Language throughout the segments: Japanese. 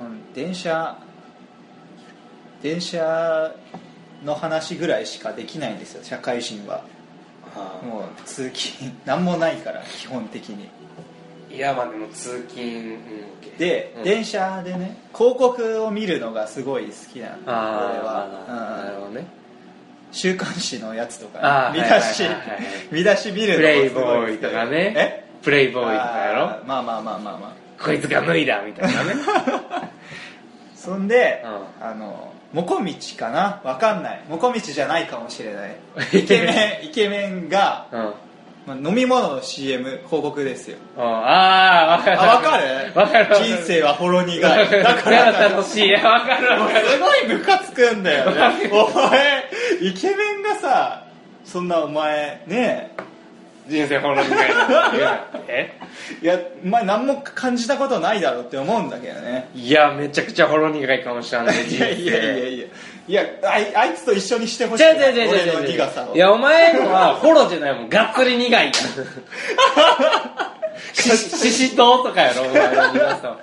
うん電車電車の話ぐらいしかできないんですよ社会人はあもう通勤 なんもないから基本的にーいやまあでも通勤、うん、で、うん電車でね広告を見るのがすごい好きなんで俺ああなるは、うんほどね週刊誌のやつとかあね、ー見出しはいはいはいはい見出 し見るプレイボのがすごい好ーイきとでかねえプレイボーイとかやあろーまあまあまあまあまあこいつが脱いだみた いなねそんで、うあのモコミチかなわかんないモコミチじゃないかもしれ ないイケメンイケメンが、うんまあ、飲み物の CM 広告です ようんああ分かるあわかるわかるわかる人生はほろ 苦いだだかからら 楽しいいや分かる分かるすごいムカつくんだよねお前イケメンがさそんなお前ね人生ほろ苦いなって言うな ええいやお前何も感じたことないだろうって思うんだけどねいやめちゃくちゃほろ苦いかもしれない人生いやいやいやいやいやあいあいつと一緒にしてほしいじゃじゃじゃじ俺ゃのじ苦さゃをいやお前のはホロじゃないもんがっつり苦いやんしししとうとかやろお前の苦さは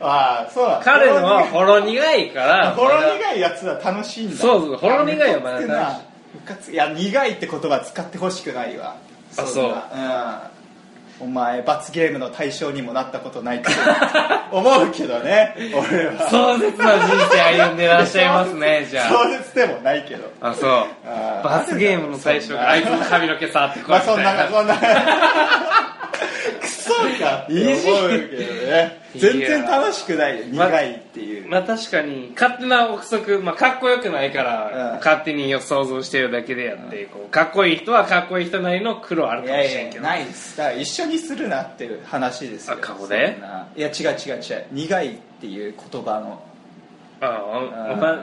ああそうだ彼のはほろ苦いからほろ苦いやつは楽しいんだそうそうほろ苦いはまだい楽しいやムカつくないや苦いって言葉使ってほしくないわあんなうんお前罰ゲームの対象にもなったことないと 思うけどね俺は壮絶な人生歩んでらっしゃいますねじゃあ壮絶でもないけどあそうあー罰ゲームの最初からあいつの髪の毛触ってこいみまあそんたいななそんな クソかって思うけどねいい全然楽しくないよ苦いっていう、まあ確かに勝手な憶測、まあ、かっこよくないから、うん勝手に想像してるだけでやって、こうかっこいい人はかっこいい人なりの苦労あいるかもやしれんいけやどないですだから一緒にするなっていう話ですよあ顔でそんないや違う違う違う苦いっていう言葉のあおお前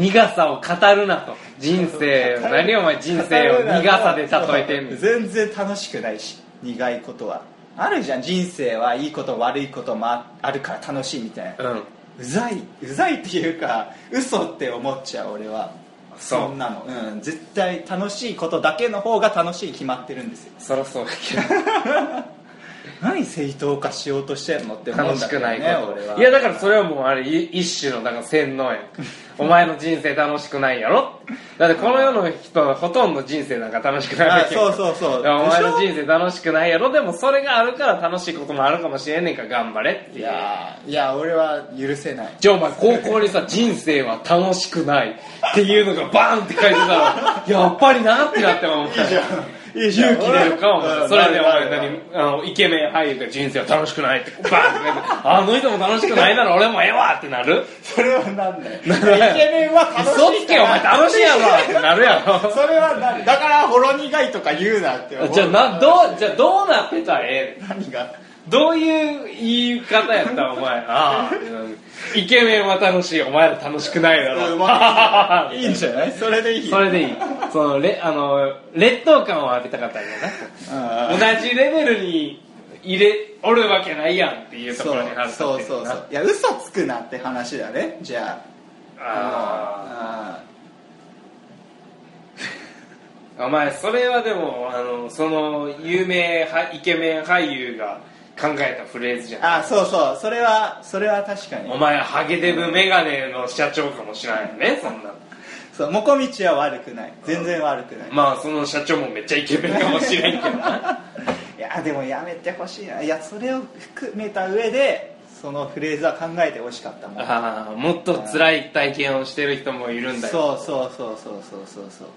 苦さを語るなと人生を何お前人生を苦さで例えてんの全然楽しくないし苦いことはあるじゃん人生はいいこと悪いこともああるから楽しいみたいな、うんうざいうざいっていうか嘘って思っちゃう俺はそうそんなの、うん、絶対楽しいことだけの方が楽しいに決まってるんですよそらそうだけど何正当化しようとしてるのって思うん楽だしけくどなねい俺こはといやだからそれはもうあれい一種のだから洗脳やんお前の人生楽しくないやろだってこの世の人のほとんど人生なんか楽しくないわけやんあそうそうそうだからお前のでし人生楽しくないやろでもそれがあるから楽しいこともあるかもしれんねんから頑張れっいていうやいや俺は許せないじゃあお前高校にさ人生は楽しくないっていうのがバーンって書いてた らやっぱりなってなってもいいじゃんいいじゃん勇気出るかおう前んそれでおなる前なる何あのイケメン俳優が人生は楽しくないってバーンって書いてあの人も楽しくないなら俺もええわってなるそれはなんだよイケるメンは楽しいから嘘つけお前楽しいやろってなるやろそれはなるだからほろ苦いとか言うなって思うじゃあなどうじゃあどうなってたらええねん何がどういう言い方やったお前ああイケメンは楽しいお前ら楽しくないだうろま いいいんじゃないそれでいいそれでいいそのれあの劣等感を浴びたかったんだうんな同じレベルに入れおるわけないやんっていうところに腹立ってるそうなそうそういや嘘つくなって話だねじゃあああお前それはでもあのその有名はイケメン俳優が考えたフレーズじゃあないーあそうそうそれはそれは確かにお前ハゲデブメガネの社長かもしれないよねそんなそうもこみちは悪くない全然悪くない、まあその社長もめっちゃイケメンかもしれんけど ないやでもやめてほしいないやそれを含めた上でそのフレーズは考えてほしかったもんああもっと辛い体験をしてる人もいるんだよそうそうそうそうそうそうそう